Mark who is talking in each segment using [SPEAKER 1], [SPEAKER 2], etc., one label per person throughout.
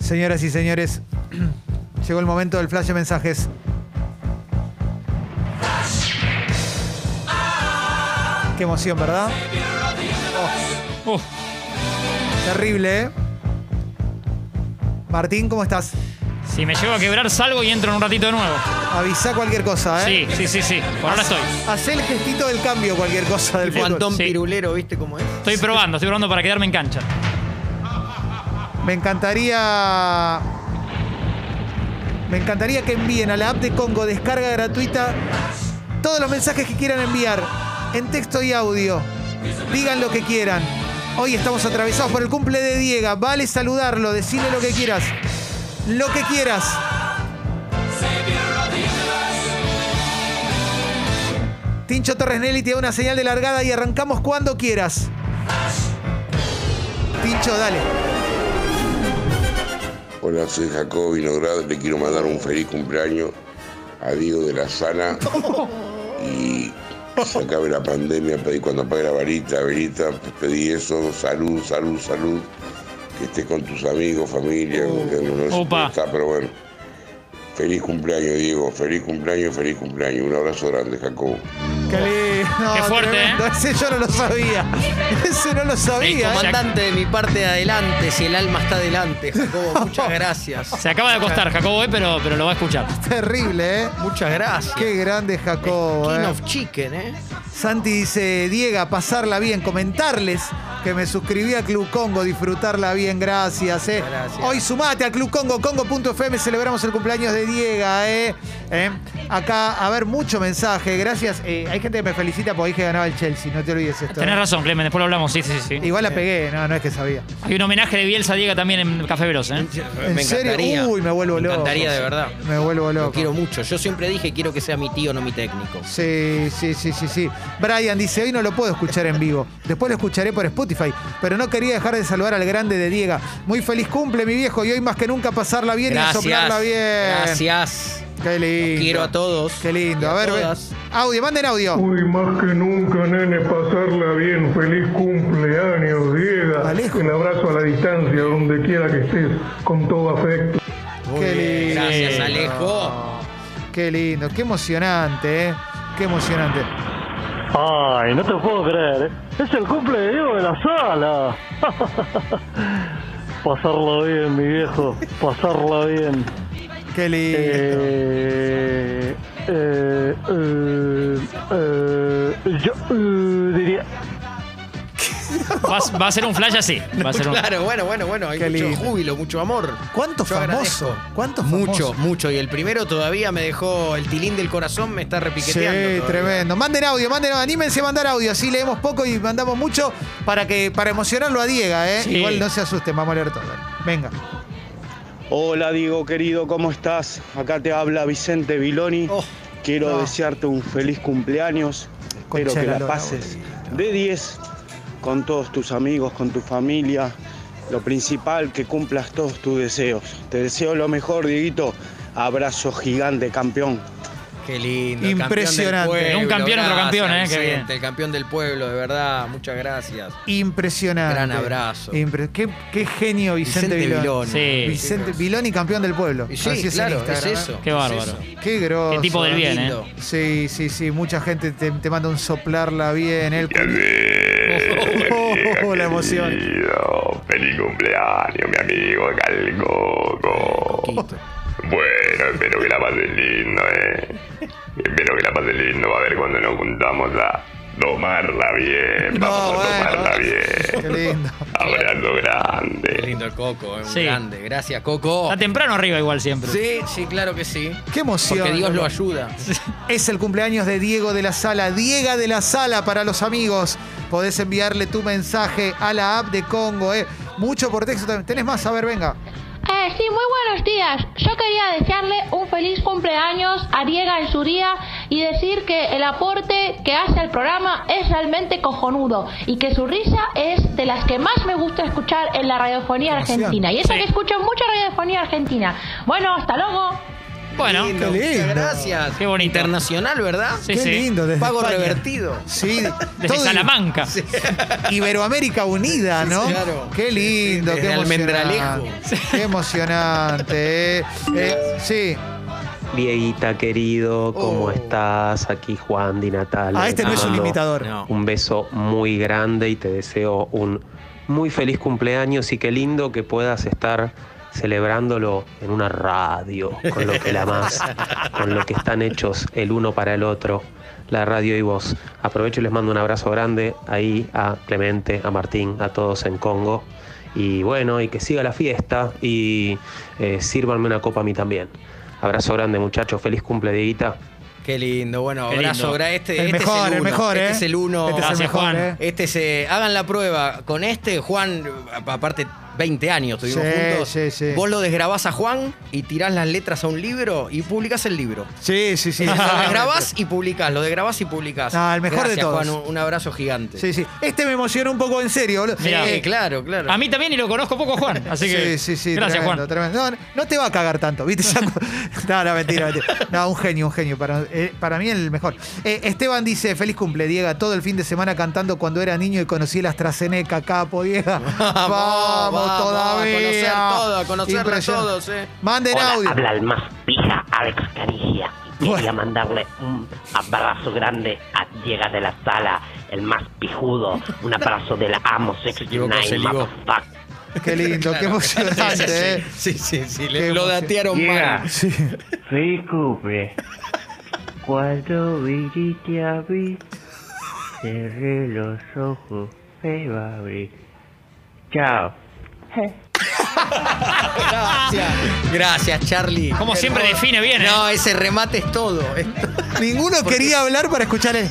[SPEAKER 1] Señoras y señores, llegó el momento del flash de mensajes. Qué emoción, ¿verdad?
[SPEAKER 2] Oh,
[SPEAKER 1] Terrible, ¿eh? Martín, ¿cómo estás?
[SPEAKER 2] si me llego a quebrar, salgo y entro en un ratito de nuevo.
[SPEAKER 1] Avisa cualquier cosa, ¿eh?
[SPEAKER 2] Sí, sí, sí, sí. Por ahora estoy.
[SPEAKER 1] Hacé el gestito del cambio, cualquier cosa del fútbol.
[SPEAKER 3] Guantón
[SPEAKER 2] Sí.
[SPEAKER 3] pirulero, ¿viste cómo es?
[SPEAKER 2] Estoy probando, estoy probando para quedarme en cancha.
[SPEAKER 1] Me encantaría. Me encantaría que envíen a la app de Congo descarga gratuita todos los mensajes que quieran enviar en texto y audio. Digan lo que quieran. Hoy estamos atravesados por el cumple de Diega. Vale saludarlo, decirle lo que quieras. Lo que quieras. Tincho Torres Nelly te da una señal de largada y arrancamos cuando quieras. Tincho, dale.
[SPEAKER 4] Hola, soy Jacob Vinograd, le quiero mandar un feliz cumpleaños a Diego de la Sana y que se acabe la pandemia, pedí cuando apague la varita, velita, pedí eso, salud, salud, salud, que estés con tus amigos, familia,
[SPEAKER 1] Oh.
[SPEAKER 4] que no sé
[SPEAKER 2] Opa.
[SPEAKER 4] cómo está, pero bueno. Feliz cumpleaños, Diego, feliz cumpleaños, feliz cumpleaños. Un abrazo grande, Jacob.
[SPEAKER 1] Qué lindo.
[SPEAKER 2] Qué fuerte,
[SPEAKER 1] tremendo.
[SPEAKER 2] ¿eh?
[SPEAKER 1] Ese yo no lo sabía. Ese no lo sabía. ¿eh?
[SPEAKER 3] Comandante de mi parte adelante, si el alma está adelante, Jacobo, muchas gracias.
[SPEAKER 2] Se acaba de acostar, Jacobo, eh, pero, pero lo va a escuchar.
[SPEAKER 1] Terrible, ¿eh?
[SPEAKER 3] Muchas gracias.
[SPEAKER 1] Qué grande Jacobo,
[SPEAKER 3] King
[SPEAKER 1] ¿eh?
[SPEAKER 3] of Chicken, ¿eh?
[SPEAKER 1] Santi dice, Diega, pasarla bien, comentarles que me suscribí a Club Congo, disfrutarla bien, gracias, ¿eh?
[SPEAKER 3] Gracias.
[SPEAKER 1] Hoy sumate a Club Congo, congo.fm, celebramos el cumpleaños de Diega, ¿eh? ¿Eh? Acá, a ver, mucho mensaje, gracias. Eh, hay gente que me felicita porque dije que ganaba el Chelsea, no te olvides esto.
[SPEAKER 2] Tenés
[SPEAKER 1] ¿eh?
[SPEAKER 2] razón, Clemen, después lo hablamos. Sí, sí, sí. sí.
[SPEAKER 1] Igual la pegué, no, no es que sabía.
[SPEAKER 2] Hay un homenaje de Bielsa Diega también en Café Veloz, ¿eh?
[SPEAKER 1] ¿En
[SPEAKER 3] Me
[SPEAKER 1] serio?
[SPEAKER 3] encantaría.
[SPEAKER 1] Uy, me vuelvo
[SPEAKER 3] Me
[SPEAKER 1] loco.
[SPEAKER 3] encantaría, de verdad.
[SPEAKER 1] Me vuelvo
[SPEAKER 3] Lo
[SPEAKER 1] loco.
[SPEAKER 3] quiero mucho. Yo siempre dije quiero que sea mi tío, no mi técnico.
[SPEAKER 1] Sí, sí, sí, sí, sí. Brian dice, hoy no lo puedo escuchar en vivo. Después lo escucharé por Spotify. Pero no quería dejar de saludar al grande de Diega. Muy feliz cumple, mi viejo. Y hoy más que nunca pasarla bien y soplarla bien.
[SPEAKER 3] Gracias.
[SPEAKER 1] Qué lindo.
[SPEAKER 3] Los quiero a todos.
[SPEAKER 1] Qué lindo.
[SPEAKER 3] Y
[SPEAKER 1] A ver, ve-
[SPEAKER 3] todas.
[SPEAKER 1] audio, manden audio.
[SPEAKER 5] Uy, más que nunca, nene, pasarla bien. Feliz cumpleaños, Diego.
[SPEAKER 1] Alejo.
[SPEAKER 5] Un abrazo a la distancia, donde quiera que estés, con todo afecto.
[SPEAKER 3] Muy
[SPEAKER 1] Qué
[SPEAKER 3] bien,
[SPEAKER 1] lindo.
[SPEAKER 3] Gracias, Alejo.
[SPEAKER 1] Qué lindo. Qué emocionante, ¿eh? Qué emocionante.
[SPEAKER 6] Ay, no te puedo creer. ¿eh? Es el cumple de Diego de la sala. Pasarlo bien, mi viejo. Pasarlo bien.
[SPEAKER 1] Qué lindo.
[SPEAKER 6] Eh, eh, eh, eh, yo eh, diría...
[SPEAKER 2] Va, a- va a ser un flash así. Va a ser un...
[SPEAKER 3] Claro, bueno, bueno, bueno. Hay
[SPEAKER 1] Qué
[SPEAKER 3] mucho
[SPEAKER 1] lindo.
[SPEAKER 3] júbilo, mucho amor.
[SPEAKER 1] ¿Cuánto
[SPEAKER 3] Yo
[SPEAKER 1] famoso?
[SPEAKER 3] agradezco.
[SPEAKER 1] ¿Cuánto
[SPEAKER 3] Mucho,
[SPEAKER 1] famoso?
[SPEAKER 3] mucho. Y el primero todavía me dejó el tilín del corazón, me está
[SPEAKER 1] Sí,
[SPEAKER 3] repiqueteando. todavía.
[SPEAKER 1] tremendo. Manden audio, manden, anímense a mandar audio. Así leemos poco y mandamos mucho para que para emocionarlo a Diega, ¿eh?
[SPEAKER 2] Sí.
[SPEAKER 1] Igual no se asusten, vamos a leer todo. Venga.
[SPEAKER 7] Hola Diego querido, ¿cómo estás? Acá te habla Vicente Viloni.
[SPEAKER 3] Oh,
[SPEAKER 7] Quiero
[SPEAKER 1] no.
[SPEAKER 7] desearte un feliz cumpleaños.
[SPEAKER 1] Concha
[SPEAKER 7] Espero
[SPEAKER 1] de
[SPEAKER 7] que
[SPEAKER 1] la
[SPEAKER 7] la
[SPEAKER 1] lora,
[SPEAKER 7] pases de 10 con todos tus amigos, con tu familia. Lo principal, que cumplas todos tus deseos. Te deseo lo mejor, Dieguito. Abrazo gigante, campeón.
[SPEAKER 3] qué lindo.
[SPEAKER 1] Impresionante.
[SPEAKER 2] Un campeón, otro campeón, eh, qué
[SPEAKER 3] Qué
[SPEAKER 2] bien.
[SPEAKER 3] El campeón del pueblo, de verdad. Muchas gracias.
[SPEAKER 1] Impresionante.
[SPEAKER 3] Gran abrazo.
[SPEAKER 1] Impre- qué, qué genio Vicente,
[SPEAKER 3] Vicente
[SPEAKER 1] Viloni.
[SPEAKER 3] Viloni.
[SPEAKER 2] Sí.
[SPEAKER 1] Vicente Viloni, campeón del pueblo.
[SPEAKER 3] Y sí,
[SPEAKER 1] Así es en
[SPEAKER 3] claro, es
[SPEAKER 1] Instagram, ¿eh?
[SPEAKER 3] eso.
[SPEAKER 2] Qué
[SPEAKER 3] es
[SPEAKER 2] bárbaro.
[SPEAKER 3] eso.
[SPEAKER 1] Qué grosso.
[SPEAKER 2] Qué tipo del bien,
[SPEAKER 3] Lindo.
[SPEAKER 2] ¿eh?
[SPEAKER 1] Sí, sí, sí. Mucha gente te, te manda un soplarla bien. El... Oh, la emoción.
[SPEAKER 8] Querido, feliz cumpleaños, mi amigo Calcoco. Bueno, espero que la pases lindo, eh. Espero que la pases lindo, va a ver cuando nos juntamos a tomarla bien. Vamos
[SPEAKER 1] No,
[SPEAKER 8] a
[SPEAKER 1] bueno.
[SPEAKER 8] tomarla
[SPEAKER 1] Qué
[SPEAKER 8] bien.
[SPEAKER 1] lindo.
[SPEAKER 8] Abrazo
[SPEAKER 3] Qué
[SPEAKER 8] grande.
[SPEAKER 3] lindo el Coco, es un
[SPEAKER 2] Sí.
[SPEAKER 3] grande. Gracias, Coco.
[SPEAKER 2] Está temprano arriba igual siempre.
[SPEAKER 3] Sí, sí, claro que sí.
[SPEAKER 1] Qué emoción.
[SPEAKER 3] Porque Dios lo ayuda.
[SPEAKER 1] Es el cumpleaños de Diego de la Sala. Diega de la Sala para los amigos. Podés enviarle tu mensaje a la app de Congo. ¿eh? Mucho por texto también. ¿Tenés más? A ver, venga.
[SPEAKER 9] Eh, sí, muy buenos días. Yo quería desearle un feliz cumpleaños a Diego en su día y decir que el aporte que hace al programa es realmente cojonudo y que su risa es de las que más me gusta escuchar en la radiofonía
[SPEAKER 1] Qué emoción.
[SPEAKER 9] argentina. Y eso
[SPEAKER 2] Sí.
[SPEAKER 9] que escucho mucha radiofonía argentina. Bueno, hasta luego.
[SPEAKER 2] Bueno,
[SPEAKER 3] Lindo,
[SPEAKER 1] qué
[SPEAKER 3] muchas
[SPEAKER 1] lindo.
[SPEAKER 3] gracias.
[SPEAKER 2] Qué bonito.
[SPEAKER 3] Internacional, ¿verdad?
[SPEAKER 2] Sí,
[SPEAKER 1] Qué
[SPEAKER 2] sí.
[SPEAKER 1] lindo. Desde
[SPEAKER 3] Pago
[SPEAKER 1] España.
[SPEAKER 3] revertido.
[SPEAKER 1] Sí.
[SPEAKER 2] desde
[SPEAKER 1] todo-
[SPEAKER 2] Salamanca.
[SPEAKER 1] Iberoamérica unida, ¿no?
[SPEAKER 3] claro.
[SPEAKER 1] Qué lindo,
[SPEAKER 3] Desde
[SPEAKER 1] qué emocionante.
[SPEAKER 3] Almendralejo.
[SPEAKER 1] Qué emocionante. eh. Eh,
[SPEAKER 3] Este
[SPEAKER 1] sí.
[SPEAKER 10] Dieguita querido, ¿cómo
[SPEAKER 3] Oh.
[SPEAKER 10] estás? Aquí Juan Di Natale.
[SPEAKER 1] Ah, este no es un
[SPEAKER 10] Mando
[SPEAKER 1] imitador.
[SPEAKER 3] No.
[SPEAKER 10] Un beso muy grande y te deseo un muy feliz cumpleaños y qué lindo que puedas estar celebrándolo en una radio, con lo que la más, con lo que están hechos el uno para el otro, la radio y vos. Aprovecho y les mando un abrazo grande ahí a Clemente, a Martín, a todos en Congo. Y bueno, y que siga la fiesta y eh, sírvanme una copa a mí también. Abrazo grande muchachos, feliz cumple Dieguita.
[SPEAKER 3] Qué lindo. Bueno,
[SPEAKER 2] Qué
[SPEAKER 3] abrazo.
[SPEAKER 2] lindo.
[SPEAKER 3] gra- Este,
[SPEAKER 1] El
[SPEAKER 3] este es
[SPEAKER 1] mejor, el
[SPEAKER 3] uno.
[SPEAKER 1] mejor, ¿eh?
[SPEAKER 3] Este es el uno.
[SPEAKER 1] Este es el
[SPEAKER 2] Gracias,
[SPEAKER 1] mejor,
[SPEAKER 2] Juan.
[SPEAKER 1] ¿eh?
[SPEAKER 3] Este se, hagan la prueba. Con este, Juan, a- aparte 20 años estuvimos
[SPEAKER 1] Sí,
[SPEAKER 3] juntos.
[SPEAKER 1] sí, sí.
[SPEAKER 3] Vos lo desgrabás a Juan y tirás las letras a un libro y publicás el libro.
[SPEAKER 1] Sí, sí, sí.
[SPEAKER 3] lo desgrabás y publicás, lo desgrabás y publicás.
[SPEAKER 1] Ah, el mejor de
[SPEAKER 3] Gracias,
[SPEAKER 1] todos.
[SPEAKER 3] Juan, un, un abrazo gigante.
[SPEAKER 1] Sí, sí. Este me emocionó un poco en serio. boludo.
[SPEAKER 3] Sí,
[SPEAKER 2] Mirá.
[SPEAKER 1] Eh,
[SPEAKER 3] claro, claro.
[SPEAKER 2] A mí también y lo conozco poco, Juan. Así que.
[SPEAKER 1] sí, sí, sí.
[SPEAKER 2] Gracias,
[SPEAKER 1] tremendo,
[SPEAKER 2] Juan.
[SPEAKER 1] tremendo. No, no te va a cagar tanto, ¿viste? Ya cu- no, no, mentira, mentira. No, un genio, un genio. Para, eh, para mí el mejor. Eh, Esteban dice, feliz cumple, Diego. Todo el fin de semana cantando cuando era niño y conocí el AstraZeneca, capo, Diego. Vamos,
[SPEAKER 3] vamos,
[SPEAKER 1] todavía.
[SPEAKER 3] a conocer todo, a conocerla
[SPEAKER 1] Impresionante.
[SPEAKER 3] todos, eh.
[SPEAKER 1] Manden
[SPEAKER 11] Hola,
[SPEAKER 1] audio.
[SPEAKER 11] habla el más pija Alex Caricia. Y
[SPEAKER 1] Bueno.
[SPEAKER 11] Quería mandarle un abrazo grande a Diego de la Sala, el más pijudo. Un abrazo de la Amo
[SPEAKER 3] Se equivocó, se
[SPEAKER 11] 69
[SPEAKER 3] ligó.
[SPEAKER 11] motherfucker.
[SPEAKER 1] Qué lindo, qué emocionante, eh.
[SPEAKER 3] Sí, sí, sí.
[SPEAKER 1] Qué
[SPEAKER 3] le- lo
[SPEAKER 1] emoción.
[SPEAKER 3] datearon mal.
[SPEAKER 1] Sí.
[SPEAKER 6] Feliz cumple. Cuando viniste a mí, cerré los ojos, me va a abrir. Chao.
[SPEAKER 3] Gracias. Gracias, Charlie.
[SPEAKER 2] Como
[SPEAKER 3] Qué
[SPEAKER 2] siempre
[SPEAKER 3] hermoso.
[SPEAKER 2] define bien, ¿eh?
[SPEAKER 3] No, ese remate es todo. Es-
[SPEAKER 1] Ninguno quería hablar para escuchar el...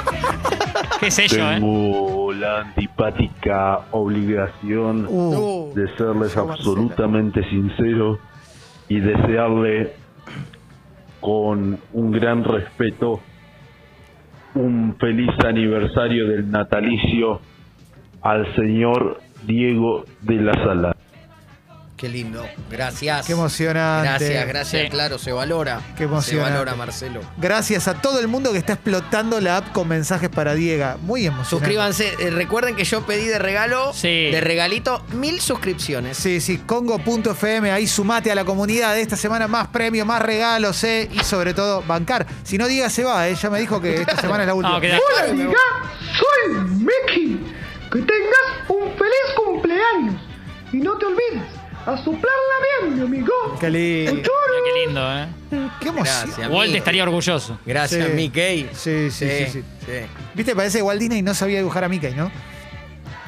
[SPEAKER 2] Qué sello, ¿eh?
[SPEAKER 6] Tengo la antipática obligación
[SPEAKER 1] Uh.
[SPEAKER 6] de serles absolutamente sincero y desearle con un gran respeto un feliz aniversario del natalicio al señor Diego de la Sala.
[SPEAKER 3] Qué lindo. Gracias.
[SPEAKER 1] Qué emocionante.
[SPEAKER 3] Gracias, gracias.
[SPEAKER 2] Sí.
[SPEAKER 3] Claro, se valora.
[SPEAKER 1] Qué emocionante.
[SPEAKER 3] Se valora, Marcelo.
[SPEAKER 1] Gracias a todo el mundo que está explotando la app con mensajes para Diego. Muy emocionante.
[SPEAKER 3] Suscríbanse. Eh, recuerden que yo pedí de regalo,
[SPEAKER 2] Sí.
[SPEAKER 3] de regalito, mil suscripciones.
[SPEAKER 1] Sí, sí, congo.fm, ahí sumate a la comunidad. Esta semana más premios, más regalos, ¿eh? Y sobre todo, bancar. Si no, diga se va, ¿eh? Ya me dijo que esta semana es la última.
[SPEAKER 2] No, queda-
[SPEAKER 5] soy Mickey. Que tengas un feliz cumpleaños. Y no te olvides, a soplarla bien, mi amigo.
[SPEAKER 1] Uh, Qué lindo.
[SPEAKER 2] Mira qué lindo, ¿eh?
[SPEAKER 1] Qué
[SPEAKER 3] Gracias.
[SPEAKER 1] emoción.
[SPEAKER 3] amigo.
[SPEAKER 2] Walt estaría orgulloso.
[SPEAKER 3] Gracias,
[SPEAKER 1] Sí.
[SPEAKER 3] Mickey.
[SPEAKER 1] Sí, sí, sí, sí. Viste, parece que Walt Disney no sabía dibujar a Mickey, ¿no?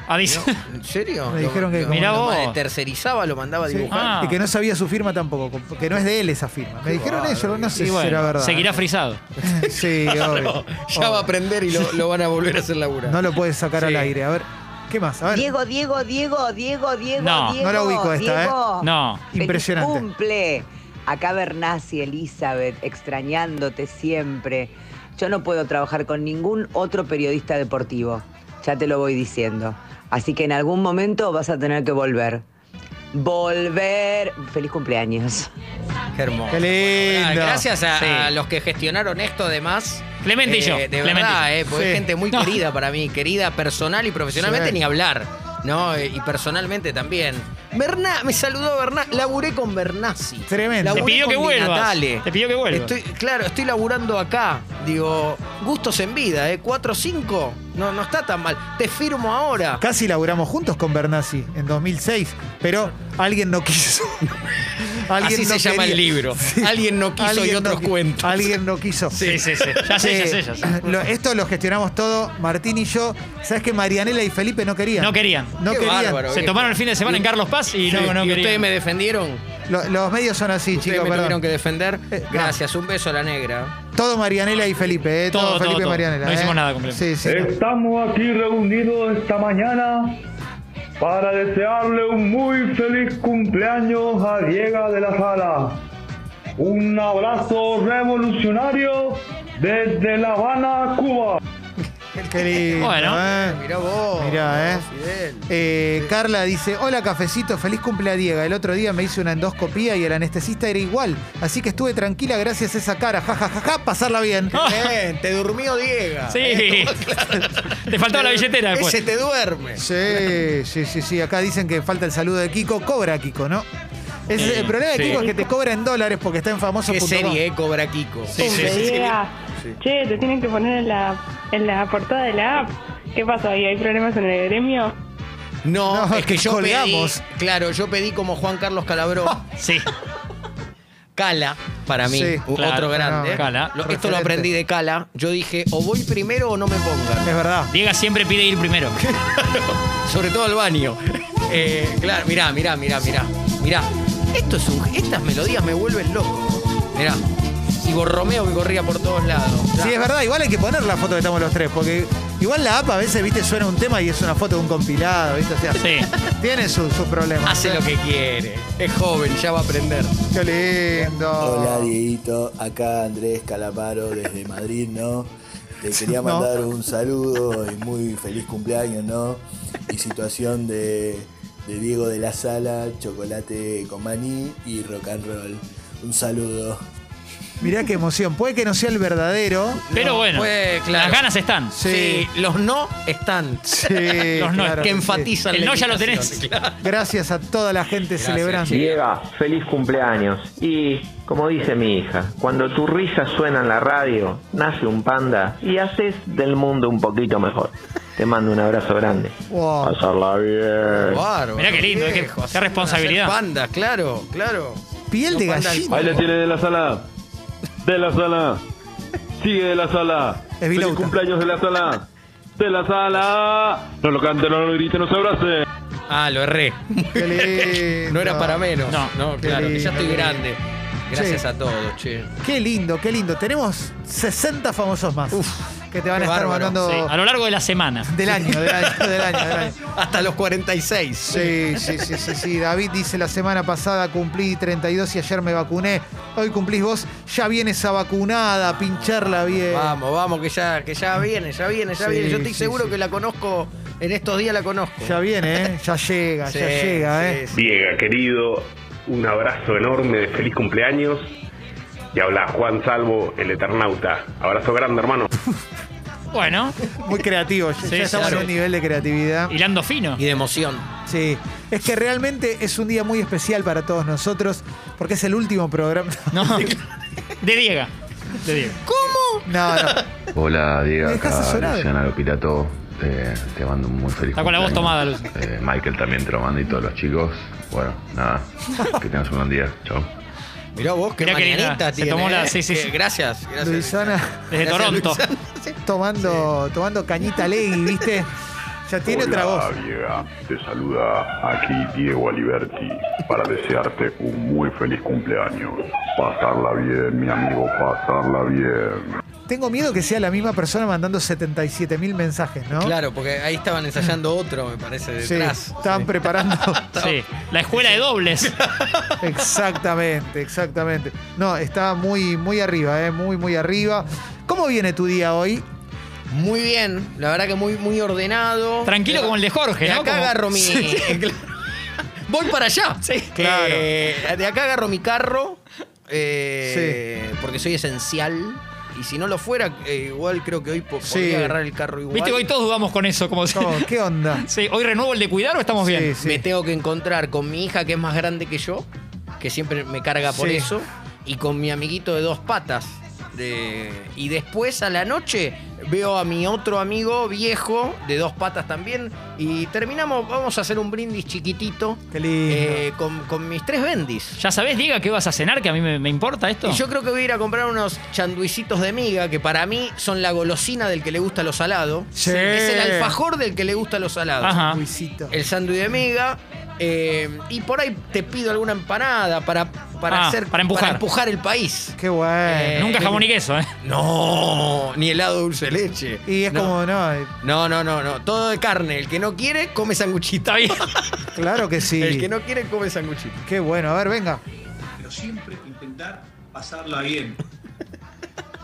[SPEAKER 2] Ah, dice.
[SPEAKER 3] No, ¿En serio?
[SPEAKER 1] Me dijeron que-
[SPEAKER 2] Mirá
[SPEAKER 3] lo-
[SPEAKER 2] vos.
[SPEAKER 3] tercerizaba, lo mandaba a
[SPEAKER 1] Sí.
[SPEAKER 3] dibujar.
[SPEAKER 2] Ah.
[SPEAKER 1] Y que no sabía su firma tampoco, que no es de él esa firma. Me dijeron eso, no sé
[SPEAKER 2] Y
[SPEAKER 1] si era
[SPEAKER 2] bueno,
[SPEAKER 1] verdad.
[SPEAKER 2] seguirá frisado.
[SPEAKER 1] Sí, obvio.
[SPEAKER 3] Ya va a aprender y lo, lo van a volver a hacer laburar.
[SPEAKER 1] Ah. No lo puedes sacar
[SPEAKER 3] Sí.
[SPEAKER 1] al aire. A ver, ¿qué más? A ver.
[SPEAKER 11] Diego, Diego, Diego, Diego, Diego,
[SPEAKER 2] No.
[SPEAKER 11] Diego.
[SPEAKER 1] No la ubico esta, ¿eh?
[SPEAKER 3] Oh.
[SPEAKER 11] Diego.
[SPEAKER 2] No.
[SPEAKER 11] Feliz
[SPEAKER 1] Impresionante.
[SPEAKER 11] Cumple. Acá Bernasi, Elizabeth, extrañándote siempre. Yo no puedo trabajar con ningún otro periodista deportivo. Ya te lo voy diciendo. Así que en algún momento vas a tener que volver. Volver. Feliz cumpleaños.
[SPEAKER 3] Qué hermoso.
[SPEAKER 1] Qué lindo.
[SPEAKER 3] Bueno, gracias a,
[SPEAKER 2] Sí.
[SPEAKER 3] a los que gestionaron esto, además.
[SPEAKER 2] Clemente y yo,
[SPEAKER 3] De
[SPEAKER 2] Clemente.
[SPEAKER 3] verdad, eh, porque
[SPEAKER 1] Sí.
[SPEAKER 3] es gente muy
[SPEAKER 2] No.
[SPEAKER 3] querida para mí, querida personal y profesionalmente,
[SPEAKER 1] Sí.
[SPEAKER 3] ni hablar. ¿no? Eh, Y personalmente también. Berna, me saludó Berna, laburé con Bernasi.
[SPEAKER 1] Tremendo.
[SPEAKER 3] Laburé
[SPEAKER 2] Te pidió
[SPEAKER 3] con
[SPEAKER 2] que
[SPEAKER 3] Di
[SPEAKER 2] vuelvas.
[SPEAKER 3] Natale.
[SPEAKER 2] Te pidió que vuelvas.
[SPEAKER 3] Estoy, claro, estoy laburando acá. Digo, gustos en vida, ¿eh? 4-5. No, no está tan mal. Te firmo ahora.
[SPEAKER 1] Casi laburamos juntos con Bernasi en 2006, pero alguien no quiso.
[SPEAKER 3] Así se llama el libro. Alguien no quiso y otros
[SPEAKER 1] qui-
[SPEAKER 3] cuentos.
[SPEAKER 1] Alguien no quiso.
[SPEAKER 2] Sí, sí, sí. Ya sé, ya sé, ya sé.
[SPEAKER 1] Eh, lo- esto lo gestionamos todo, Martín y yo. Sabes que Marianela y Felipe no querían.
[SPEAKER 2] No querían.
[SPEAKER 1] No
[SPEAKER 3] Qué
[SPEAKER 1] querían.
[SPEAKER 3] bárbaro.
[SPEAKER 2] Se tomaron el fin de semana en Carlos Paz y no, no
[SPEAKER 3] y ustedes
[SPEAKER 2] querían.
[SPEAKER 3] me defendieron.
[SPEAKER 1] Lo- los medios son así,
[SPEAKER 3] Ustedes
[SPEAKER 1] chicos.
[SPEAKER 3] me
[SPEAKER 1] perdón.
[SPEAKER 3] tuvieron que defender.
[SPEAKER 1] Eh, no.
[SPEAKER 3] Gracias, un beso a la negra.
[SPEAKER 1] Todo Marianela y Felipe, eh, Todo,
[SPEAKER 2] Todo, todo,
[SPEAKER 1] Felipe y
[SPEAKER 2] todo.
[SPEAKER 1] Marianela.
[SPEAKER 2] No hicimos
[SPEAKER 1] eh.
[SPEAKER 2] nada con
[SPEAKER 1] Sí,
[SPEAKER 2] Felipe.
[SPEAKER 1] sí.
[SPEAKER 5] Estamos aquí reunidos esta mañana para desearle un muy feliz cumpleaños a Diego de la Sala. Un abrazo revolucionario desde La Habana, Cuba.
[SPEAKER 1] Qué lindo.
[SPEAKER 2] Bueno.
[SPEAKER 1] ¿eh?
[SPEAKER 3] Mirá vos.
[SPEAKER 1] Mirá, ¿eh?
[SPEAKER 3] Fidel.
[SPEAKER 1] Eh, Carla dice, hola cafecito, feliz cumpleaños Diego. El otro día me hice una endoscopía y el anestesista era igual, así que estuve tranquila gracias a esa cara, jajajaja, pasarla bien.
[SPEAKER 3] Bien, te durmió Diego.
[SPEAKER 2] Sí. Te faltaba la billetera después.
[SPEAKER 3] Ese te duerme.
[SPEAKER 1] Sí, sí, sí, sí, acá dicen que falta el saludo de Kiko, cobra Kiko, ¿no? Es-
[SPEAKER 2] Eh,
[SPEAKER 1] el problema de
[SPEAKER 2] sí.
[SPEAKER 1] Kiko es que te cobra en dólares porque está en famoso
[SPEAKER 3] Qué serie, eh, Cobra Kiko.
[SPEAKER 2] Sí, sí, sí.
[SPEAKER 12] Llega. Che, te tienen que poner en la, en la portada de la app. ¿Qué pasó ahí? ¿Hay problemas en el gremio?
[SPEAKER 3] No,
[SPEAKER 1] No,
[SPEAKER 3] es que
[SPEAKER 1] te
[SPEAKER 3] yo
[SPEAKER 1] colgamos.
[SPEAKER 3] pedí. Claro, yo pedí como Juan Carlos Calabró.
[SPEAKER 2] Sí.
[SPEAKER 3] Cala, para mí,
[SPEAKER 1] Sí,
[SPEAKER 3] u-
[SPEAKER 2] claro,
[SPEAKER 3] otro grande.
[SPEAKER 2] no, Cala.
[SPEAKER 3] Lo- esto lo
[SPEAKER 1] Referente.
[SPEAKER 3] aprendí de Cala. Yo dije, o voy primero o no me pongan.
[SPEAKER 1] Es verdad.
[SPEAKER 2] Diego siempre pide ir primero.
[SPEAKER 3] Sobre todo al baño. Eh, claro, mirá, mirá, mirá, mirá. Mirá. Esto es un- estas melodías me vuelven loco. Mirá. Y Borromeo que corría por todos lados.
[SPEAKER 1] Sí, es verdad, igual hay que poner la foto que estamos los tres, porque igual la app a veces, viste, suena un tema y es una foto de un compilado, viste, o sea,
[SPEAKER 2] Sí.
[SPEAKER 1] tiene su- sus problemas.
[SPEAKER 3] Hace lo que quiere. Es joven, ya va a aprender.
[SPEAKER 1] Qué lindo.
[SPEAKER 13] Hola Dieguito, acá Andrés Calamaro desde Madrid, ¿no? Te quería
[SPEAKER 1] No.
[SPEAKER 13] mandar un saludo y muy feliz cumpleaños, ¿no? Y situación de, de Diego de la Sala, chocolate con maní y rock and roll. Un saludo.
[SPEAKER 1] Mirá qué emoción. Puede que no sea el verdadero.
[SPEAKER 2] Pero bueno,
[SPEAKER 3] fue claro.
[SPEAKER 2] las ganas están.
[SPEAKER 3] Sí, los no están.
[SPEAKER 1] Sí,
[SPEAKER 2] Los no,
[SPEAKER 1] claro
[SPEAKER 3] que
[SPEAKER 1] sí.
[SPEAKER 3] enfatizan.
[SPEAKER 2] El
[SPEAKER 3] la
[SPEAKER 2] no ya lo
[SPEAKER 3] invitación. Claro.
[SPEAKER 1] Gracias a toda la gente celebrando.
[SPEAKER 14] Diego, feliz cumpleaños. Y como dice mi hija, cuando tu risa suena en la radio, nace un panda y haces del mundo un poquito mejor. Te mando un abrazo grande.
[SPEAKER 1] Wow.
[SPEAKER 14] Pasarla
[SPEAKER 1] Eh,
[SPEAKER 14] bien.
[SPEAKER 3] Bárbaro,
[SPEAKER 2] Mirá qué lindo,
[SPEAKER 3] viejo,
[SPEAKER 2] qué- qué
[SPEAKER 3] así van a
[SPEAKER 2] responsabilidad.
[SPEAKER 3] ser Pandas, claro, claro.
[SPEAKER 1] Piel de
[SPEAKER 3] No, panda,
[SPEAKER 1] gallina.
[SPEAKER 6] Ahí la tiene de la sala. De la sala. Sigue de la sala.
[SPEAKER 1] Es Vilauta.
[SPEAKER 6] Feliz cumpleaños de la sala. De la sala. No lo cante, no lo grite, no se abrace.
[SPEAKER 3] Ah, lo erré.
[SPEAKER 1] Qué lindo.
[SPEAKER 3] No era para menos.
[SPEAKER 2] No.
[SPEAKER 3] no
[SPEAKER 1] Qué
[SPEAKER 3] claro, que
[SPEAKER 1] lindo,
[SPEAKER 3] ya estoy
[SPEAKER 1] qué
[SPEAKER 3] grande. Gracias
[SPEAKER 1] Che.
[SPEAKER 3] a todos, che.
[SPEAKER 1] Qué lindo, qué lindo. Tenemos 60 famosos más que te van a
[SPEAKER 3] qué
[SPEAKER 1] estar
[SPEAKER 3] bárbaro.
[SPEAKER 1] mandando
[SPEAKER 2] Sí, a lo largo de la semana.
[SPEAKER 1] del año, del año, del año, del año.
[SPEAKER 3] Hasta los 46.
[SPEAKER 1] Sí, sí, sí, sí, sí. David dice, la semana pasada cumplí 32 y ayer me vacuné. Hoy cumplís vos, ya vienes a vacunada, pincharla bien.
[SPEAKER 3] Vamos, vamos, que ya, que ya viene, ya viene, ya
[SPEAKER 1] Sí,
[SPEAKER 3] viene. Yo estoy
[SPEAKER 1] sí,
[SPEAKER 3] seguro
[SPEAKER 1] sí.
[SPEAKER 3] que la conozco, en estos días la conozco.
[SPEAKER 1] Ya viene, ¿eh? Ya llega,
[SPEAKER 3] Sí,
[SPEAKER 1] ya llega,
[SPEAKER 3] sí,
[SPEAKER 1] ¿eh?
[SPEAKER 3] sí.
[SPEAKER 15] Diego, querido, un abrazo enorme de feliz cumpleaños. Y habla Juan Salvo, el Eternauta. Abrazo grande, hermano.
[SPEAKER 2] Bueno,
[SPEAKER 1] Muy creativo, ya,
[SPEAKER 2] Sí,
[SPEAKER 1] ya estamos
[SPEAKER 2] claro.
[SPEAKER 1] en un nivel de creatividad.
[SPEAKER 2] hilando fino.
[SPEAKER 3] Y de emoción.
[SPEAKER 1] Sí, es que realmente es un día muy especial para todos nosotros porque es el último programa.
[SPEAKER 2] No. De Diego. De Diego.
[SPEAKER 1] No, no.
[SPEAKER 16] Hola Diego,
[SPEAKER 1] Me dejas
[SPEAKER 16] acá
[SPEAKER 1] asesorado.
[SPEAKER 16] Luciana lo Pirato. Eh, te mando un muy feliz
[SPEAKER 2] Está con la voz tomada,
[SPEAKER 16] cumpleaños.
[SPEAKER 2] Luz.
[SPEAKER 16] Eh, Michael también te lo manda y todos los chicos. Bueno, nada. Que tengas un buen día. Chao.
[SPEAKER 3] Mirá vos, qué
[SPEAKER 2] Mirá qué linda,
[SPEAKER 3] mañanita
[SPEAKER 2] se
[SPEAKER 3] tiene.
[SPEAKER 2] tomó la-
[SPEAKER 3] ¿eh?
[SPEAKER 2] sí, sí,
[SPEAKER 3] Que-
[SPEAKER 2] sí.
[SPEAKER 3] Gracias, gracias.
[SPEAKER 1] Luisana
[SPEAKER 2] Desde
[SPEAKER 3] Gracias,
[SPEAKER 2] Toronto.
[SPEAKER 3] Luisana. Sí.
[SPEAKER 1] tomando, tomando cañita legui, ¿viste? Ya tiene
[SPEAKER 17] Hola,
[SPEAKER 1] otra voz.
[SPEAKER 17] Diego. Te saluda aquí Diego Aliberti para desearte un muy feliz cumpleaños. Pasarla bien, mi amigo, pasarla bien.
[SPEAKER 1] Tengo miedo que sea la misma persona mandando 77 mil mensajes, ¿no?
[SPEAKER 3] Claro, porque ahí estaban ensayando otro, me parece,
[SPEAKER 1] Sí,
[SPEAKER 3] detrás.
[SPEAKER 1] estaban preparando.
[SPEAKER 2] Sí. La escuela de dobles.
[SPEAKER 1] exactamente, exactamente. No, está muy, muy arriba, ¿eh? Muy, muy arriba. ¿Cómo viene tu día hoy?
[SPEAKER 3] Muy bien, la verdad que muy, muy ordenado.
[SPEAKER 2] Tranquilo como el de Jorge,
[SPEAKER 3] De
[SPEAKER 2] ¿no?
[SPEAKER 3] acá
[SPEAKER 2] Como-
[SPEAKER 3] agarro mi.
[SPEAKER 2] Sí.
[SPEAKER 3] Voy para allá.
[SPEAKER 1] Claro.
[SPEAKER 3] Eh, de acá agarro mi carro. eh, Porque soy esencial. Y si no lo fuera, eh, igual creo que hoy po-
[SPEAKER 1] Sí.
[SPEAKER 3] podría agarrar el carro igual.
[SPEAKER 2] Viste que hoy todos dudamos con eso. Como si-
[SPEAKER 1] No, ¿Qué onda?
[SPEAKER 2] Sí, hoy renuevo el de cuidar o estamos bien.
[SPEAKER 1] Sí, sí.
[SPEAKER 3] Me tengo que encontrar con mi hija que es más grande que yo, que siempre me carga por
[SPEAKER 1] Sí.
[SPEAKER 3] eso, y con mi amiguito de dos patas. De- y después a la noche veo a mi otro amigo viejo de dos patas también y terminamos, vamos a hacer un brindis chiquitito
[SPEAKER 1] Qué lindo.
[SPEAKER 3] eh, con, con mis tres bendis.
[SPEAKER 2] ¿Ya sabés, Diego, qué vas a cenar? Que a mí me, me importa esto.
[SPEAKER 3] Y yo creo que voy a ir a comprar unos chanduicitos de miga que para mí son la golosina del que le gusta lo salado.
[SPEAKER 1] Sí.
[SPEAKER 3] Es el alfajor del que le gusta lo salado.
[SPEAKER 2] Ajá.
[SPEAKER 1] Luisito.
[SPEAKER 3] el sándwich de miga. eh, y por ahí te pido alguna empanada para, para
[SPEAKER 2] Ah,
[SPEAKER 3] hacer
[SPEAKER 2] para empujar.
[SPEAKER 3] el país.
[SPEAKER 1] Qué bueno.
[SPEAKER 3] Eh,
[SPEAKER 2] Nunca jamón y
[SPEAKER 3] eh,
[SPEAKER 2] queso, ¿eh?
[SPEAKER 3] No, ni helado dulce de leche.
[SPEAKER 1] Y es
[SPEAKER 3] No.
[SPEAKER 1] como, no,
[SPEAKER 3] No, no, no, no. Todo de carne. El que no quiere, come sanguchito.
[SPEAKER 2] Está bien.
[SPEAKER 1] claro que sí.
[SPEAKER 3] El que no quiere, come sanguchito.
[SPEAKER 1] Qué bueno, a ver, venga.
[SPEAKER 18] pero siempre intentar pasarla bien.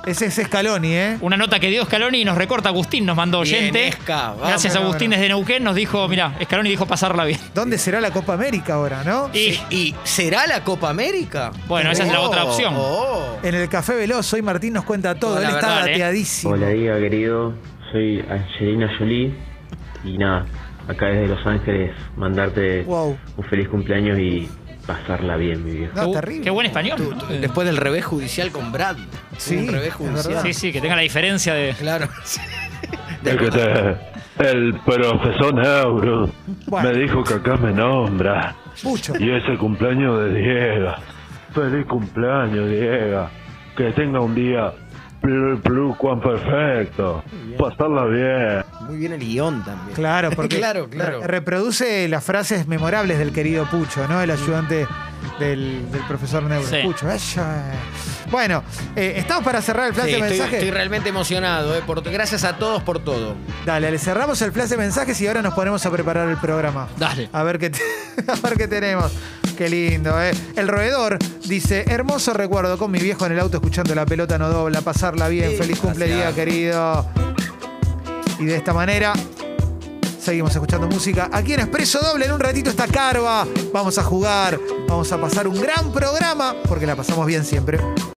[SPEAKER 1] Ese es Scaloni, ¿eh?
[SPEAKER 2] Una nota que dio Scaloni y nos recorta Agustín, nos mandó
[SPEAKER 1] Bien,
[SPEAKER 2] oyente.
[SPEAKER 1] Esca, vamos.
[SPEAKER 2] Gracias
[SPEAKER 1] Bueno,
[SPEAKER 2] Agustín
[SPEAKER 1] bueno.
[SPEAKER 2] desde Neuquén nos dijo, mira, Scaloni dijo pasarla bien.
[SPEAKER 1] ¿Dónde será la Copa América ahora, no?
[SPEAKER 2] Y,
[SPEAKER 3] ¿Será la Copa América?
[SPEAKER 2] Bueno, esa es la
[SPEAKER 3] Oh,
[SPEAKER 2] otra opción.
[SPEAKER 3] oh.
[SPEAKER 1] En el Café Veloz, hoy Martín nos cuenta todo.
[SPEAKER 3] Toda
[SPEAKER 1] Él
[SPEAKER 3] la
[SPEAKER 1] está
[SPEAKER 3] verdad, ¿eh?
[SPEAKER 1] dateadísimo.
[SPEAKER 18] Hola, día querido. Soy Angelina Jolie. Y nada, acá desde Los Ángeles, mandarte
[SPEAKER 1] Wow.
[SPEAKER 18] un feliz cumpleaños y pasarla bien, mi viejo.
[SPEAKER 2] qué, terrible. Qué buen español.
[SPEAKER 3] Después del revés judicial con Brad.
[SPEAKER 2] Sí,
[SPEAKER 3] Un revés
[SPEAKER 2] es
[SPEAKER 3] judicial.
[SPEAKER 2] verdad. Sí, sí, que tenga la diferencia de.
[SPEAKER 3] Claro.
[SPEAKER 6] El profesor Neuro
[SPEAKER 1] Bueno.
[SPEAKER 6] me dijo que acá me nombra.
[SPEAKER 1] Mucho.
[SPEAKER 6] Y es el cumpleaños de Diego. Feliz cumpleaños, Diego. Que tenga un día plus, plus cuan perfecto. Pasarla bien.
[SPEAKER 3] Muy bien el guión también.
[SPEAKER 1] Claro, porque
[SPEAKER 3] Claro, claro.
[SPEAKER 1] re- reproduce las frases memorables del querido Pucho, ¿no? El ayudante del, del profesor Neuro.
[SPEAKER 3] Sí.
[SPEAKER 1] Pucho, vaya. Bueno, eh, ¿estamos para cerrar el flash
[SPEAKER 3] Sí,
[SPEAKER 1] de
[SPEAKER 3] estoy,
[SPEAKER 1] mensajes?
[SPEAKER 3] estoy realmente emocionado. eh, por- gracias a todos por todo.
[SPEAKER 1] Dale, le cerramos el flash de mensajes y ahora nos ponemos a preparar el programa.
[SPEAKER 3] Dale.
[SPEAKER 1] A ver qué, te- a ver qué tenemos. Qué lindo, ¿eh? El roedor dice, hermoso recuerdo con mi viejo en el auto escuchando la pelota no dobla, pasarla bien, feliz cumple día,
[SPEAKER 3] gracias.
[SPEAKER 1] querido. Y de esta manera seguimos escuchando música. Aquí en Expreso Doble, en un ratito está Carva. Vamos a jugar, vamos a pasar un gran programa, porque la pasamos bien siempre.